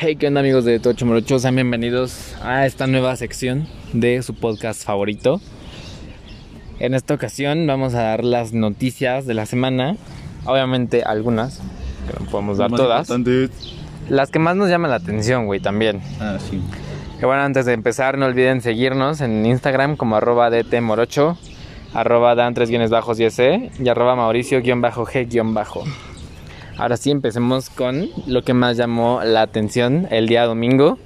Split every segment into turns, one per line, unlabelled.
Hey, ¿qué onda amigos de Tocho Morocho? Sean bienvenidos a esta nueva sección de su podcast favorito. En esta ocasión vamos a dar las noticias de la semana. Obviamente algunas, que no podemos dar
Lo más
todas.
importante-
Las que más nos llaman la atención, güey, también.
Ah, sí.
Que bueno, antes de empezar, no olviden seguirnos en Instagram como arroba DTMorocho, arroba Dan3-ISE y arroba Mauricio-G-Bajo. Ahora sí, empecemos con lo que más llamó la atención el día domingo.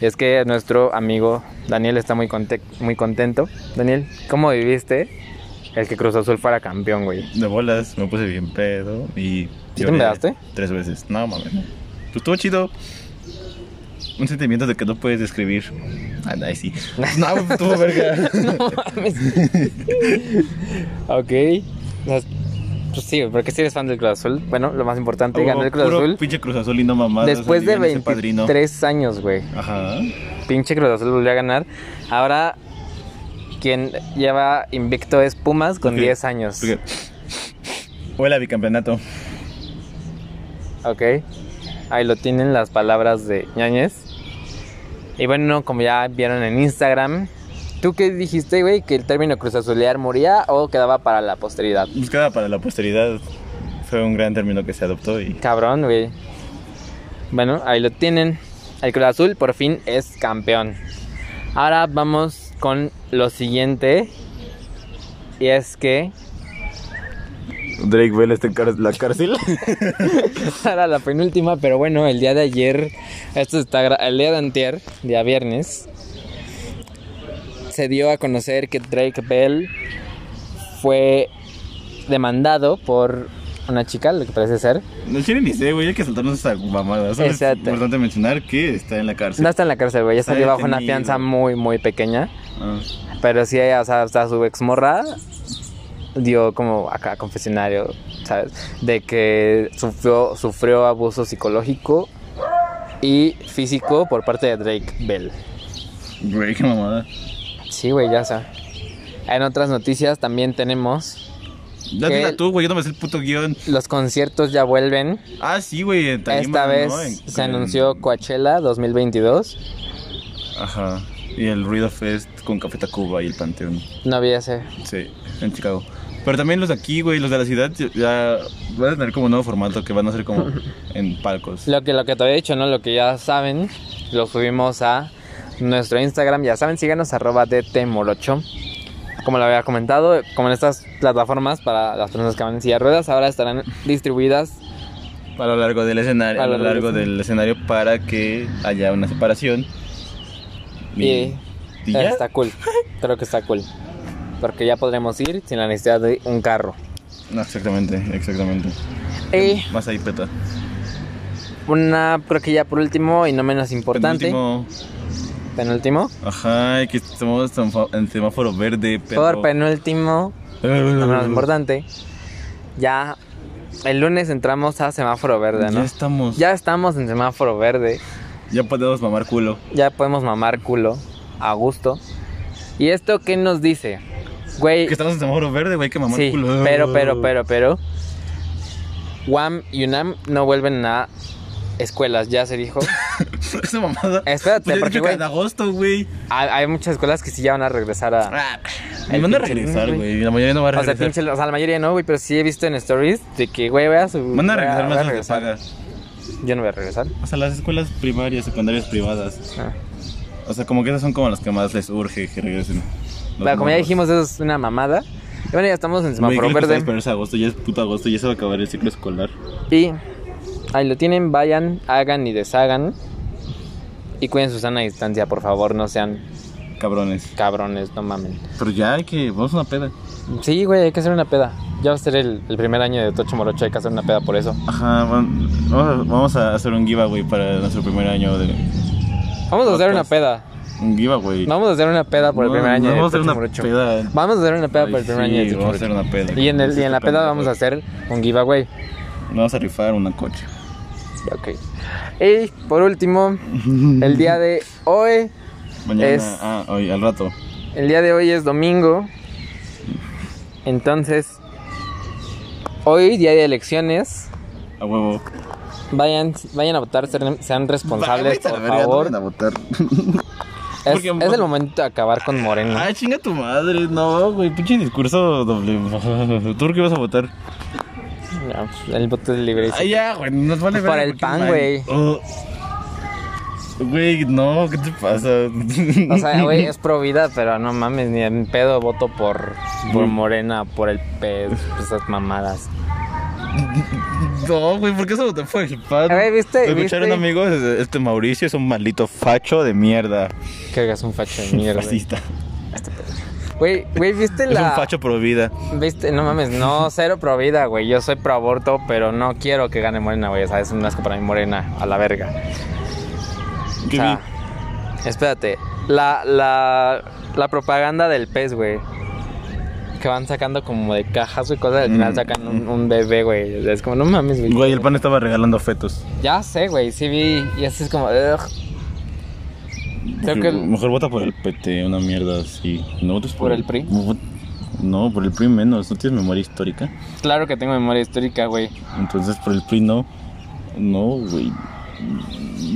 Y es que nuestro amigo Daniel está muy, conte- muy contento. Daniel, ¿cómo viviste el que Cruz Azul fuera campeón, güey?
De bolas, me puse bien pedo y...
¿Sí te
lloré
empedaste?
Tres veces. No, mames. Pues estuvo chido. Un sentimiento de que no puedes describir. Ah, ahí sí. No, pues, estuvo verga.
ok. Las- Pues sí, porque si eres fan del Cruz Azul, bueno, lo más importante, ganó el Cruz
Puro
Azul.
pinche Cruz Azul y no mamás.
Después de 23 años, güey.
Ajá.
Pinche Cruz Azul volvió a ganar. Ahora, quien lleva invicto es Pumas con
Ok.
10 años.
Porque- Huele a bicampeonato.
Ok. Ahí lo tienen las palabras de Ñañez. Y bueno, como ya vieron en Instagram, ¿tú qué dijiste, güey? ¿Que el término Cruz Azulear moría o quedaba para la posteridad?
Buscada para la posteridad. Fue un gran término que se adoptó y...
Cabrón, güey. Bueno, ahí lo tienen. El Cruz Azul por fin es campeón. Ahora vamos con lo siguiente. Y es que.
Drake Bell está en la cárcel.
Ahora la penúltima, pero bueno, el día de ayer. Esto está. gra- El día de antier, día viernes. Se dio a conocer que Drake Bell fue demandado por una chica, lo que parece ser.
No quieren ni sé, güey, hay que saltarnos esa mamada. Solo
Exacto.
Es importante mencionar que está en la cárcel.
No está en la cárcel, güey. Ya
Está
salió bajo una
detenido.
fianza muy, muy pequeña.
Ah.
Pero sí, o sea, hasta su exmorra dio como acá confesionario, ¿sabes? De que sufrió, sufrió abuso psicológico y físico por parte de Drake Bell.
Güey, qué mamada.
Sí, güey, ya sea. En otras noticias también tenemos
Dátela
El-
tú, güey, yo no me sé el puto guión.
los conciertos ya vuelven.
Ah, sí, güey, en Tarima,
Esta
¿no?
vez
En-
se
en-
anunció Coachella 2022.
Ajá. Y el Ruido Fest con Café Tacuba y el Panteón.
No había ese.
Sí, en Chicago. Pero también los de aquí, güey, los de la ciudad, ya van a tener como nuevo formato que van a ser como en palcos.
Lo que, lo que te había dicho, ¿no? Lo que ya saben, lo subimos a nuestro Instagram. Ya saben, síganos arroba DTMorocho. Como lo había comentado, como en estas plataformas para las personas que van en silla de ruedas, ahora estarán distribuidas.
A lo largo del escenario,
A
a
lo
lo largo
largo.
del escenario para que haya una separación.
Y,
y ya.
está cool. Creo que está cool. Porque ya podremos ir sin la necesidad de un carro.
No, exactamente, exactamente.
Y
Más ahí peta.
una, creo que ya por último y no menos importante, penúltimo,
Penúltimo. Ajá, y que estamos en fa- en semáforo verde, pero...
por penúltimo,
Eh,
no menos
Mm.
importante, ya el lunes entramos a semáforo verde, ¿no?
Ya estamos. Ya.
Ya estamos en semáforo verde,
podemos mamar culo.
ya podemos mamar culo a gusto. ¿Y esto qué nos dice? Güey,
Que estamos en semáforo verde, güey, que mamar
sí,
culo.
pero, pero, pero, pero. Guam y UNAM no vuelven a escuelas, ya se dijo.
Esa mamada.
Espérate,
Pues ya
porque,
dije que
güey-
en agosto, güey.
Hay, hay muchas escuelas que sí ya van a regresar a.
Ah,
El
Me van a
pinche-
regresar,
güey.
güey. La mayoría no va a
O sea,
regresar.
pinche, o sea, la mayoría no, güey, pero sí he visto en stories de que, güey, voy a su.
Van a
voy
regresar
voy
más
a
a las que
regresar.
pagas.
Yo no voy a regresar.
O sea, las escuelas primarias, secundarias privadas.
Ah.
O sea, como que esas son como las que más les urge que regresen. Los
Pero como ya
morros.
dijimos, eso es una mamada. Y bueno, ya estamos en
Güey,
semáforo
creo que
verde.
ustedes, pero es agosto, ya es puto agosto, ya se va a acabar el ciclo escolar.
Y ahí lo tienen, vayan, hagan y deshagan. Y cuiden su sana distancia, por favor, no sean
Cabrones.
cabrones, no mamen.
Pero ya hay que. Vamos a una peda.
Sí, güey, hay que hacer una peda. Ya va a ser el, el primer año de Tocho Morocho, hay que hacer una peda por eso.
Ajá, van- vamos a, vamos a hacer un giveaway para nuestro primer año de...
Vamos a hacer
Podcast.
una peda.
Un giveaway.
Vamos a hacer una peda por el
No,
primer año
no
de
vamos a hacer
Tocho
una
Morocho.
peda.
Vamos a hacer una peda
Ay,
por el primer
sí,
año de Tocho
vamos a hacer
Morocho.
una peda.
Y en, el, y en la peda vamos a hacer un giveaway.
Vamos a rifar una coche.
Ok. Y por último, el día de hoy
Mañana...
Es-
Ah, hoy, al rato.
El día de hoy es domingo. Entonces, hoy día de elecciones,
A huevo.
Vayan, vayan a votar, ser- sean responsables,
Vete a la
Pues por
verga, no
favor.
vayan a votar.
Es,
Porque-
es el momento de acabar con Morena.
Ay, chinga tu madre, no, güey, pinche discurso doble. ¿Tú por qué vas a votar?
Ya, pues, El voto es libre.
Ay, ya, güey, nos vale
Por
verga
Pues el
cualquier
pan,
mal.
güey.
Oh. Güey, no, ¿qué te pasa?
O sea, güey, es pro vida, pero no mames, ni en pedo voto por, por
Mm.
Morena, por el pedo, esas mamadas.
No, güey, ¿por qué se votó por el pan?
Güey, ¿viste?
¿Lo escucharon,
¿Viste?
amigos? Este Mauricio es un maldito facho de mierda.
Que hagas un facho de mierda.
Fascista.
Güey, güey, ¿viste
Es un
la...?
facho pro vida.
¿Viste? No mames, no, cero pro vida, güey. Yo soy pro aborto, pero no quiero que gane Morena, güey. O sea, es un asco para mí Morena, a la verga. O
¿Qué
sea, espérate. La, la, la propaganda del pez, güey. Que van sacando como de cajas, güey, cosas. Al final
Mm,
sacan un, un bebé, güey. Es como, no mames,
vi?
güey.
Güey, el pan estaba regalando fetos.
Ya sé, güey. Sí vi. Y así es como. "Ugh". Creo que el-
Mejor vota por el PT, una mierda así. No votes por,
¿Por el PRI?
No, por el PRI menos. ¿No tienes memoria histórica?
claro que tengo memoria histórica, güey.
Entonces por el PRI no. No, güey.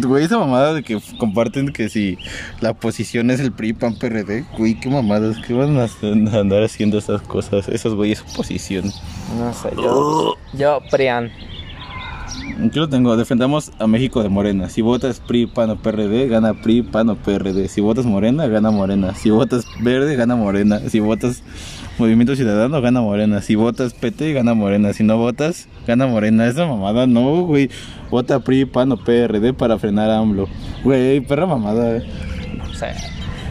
Güey, esa mamada de que comparten que si la posición es el PRI, PAN, PRD. Güey, qué mamadas. ¿Qué van a a andar haciendo esas cosas? Esos güeyes oposición.
No sé, yo. Yo, Prian.
Yo lo tengo. Defendamos a México de Morena. Si votas PRI, PAN o PRD, gana PRI, PAN o PRD. Si votas Morena, gana Morena. Si votas Verde, gana Morena. Si votas Movimiento Ciudadano, gana Morena. Si votas PT, gana Morena. Si no votas, gana Morena. Esa mamada no, güey. Vota PRI, PAN o PRD para frenar a AMLO. Güey, perra mamada. eh.
O sea,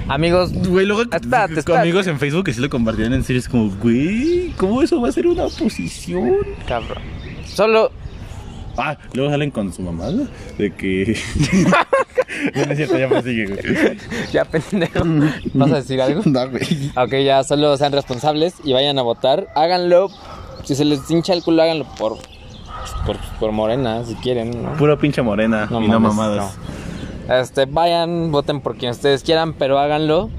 amigos,
Güey, luego
Espérate,
con
espérate.
amigos en Facebook que sí lo compartían en series como, güey, ¿cómo eso va a ser una oposición?
cabrón. Solo.
Ah, luego salen con su mamada de que. no, no es cierto, ya me sigue, güey.
Ya, pendejo. ¿Vas a decir algo?
No, güey.
Ok, ya solo sean responsables y vayan a votar. Háganlo. Si se les hincha el culo, háganlo por, por, por morena, si quieren. ¿no?
Puro pinche morena y no
mames,
mamadas.
no. Este, vayan, voten por quien ustedes quieran, pero háganlo.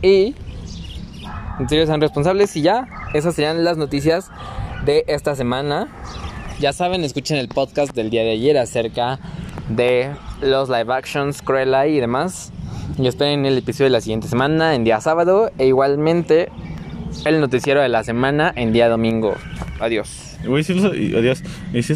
Y en serio sean responsables y ya. Esas serían las noticias de esta semana. Ya saben, escuchen el podcast del día de ayer acerca de los live actions, Cruella y demás. Y esperen el episodio de la siguiente semana en día sábado e igualmente el noticiero de la semana en día domingo. Adiós.
Güey, sí, lo- y- adiós. Ese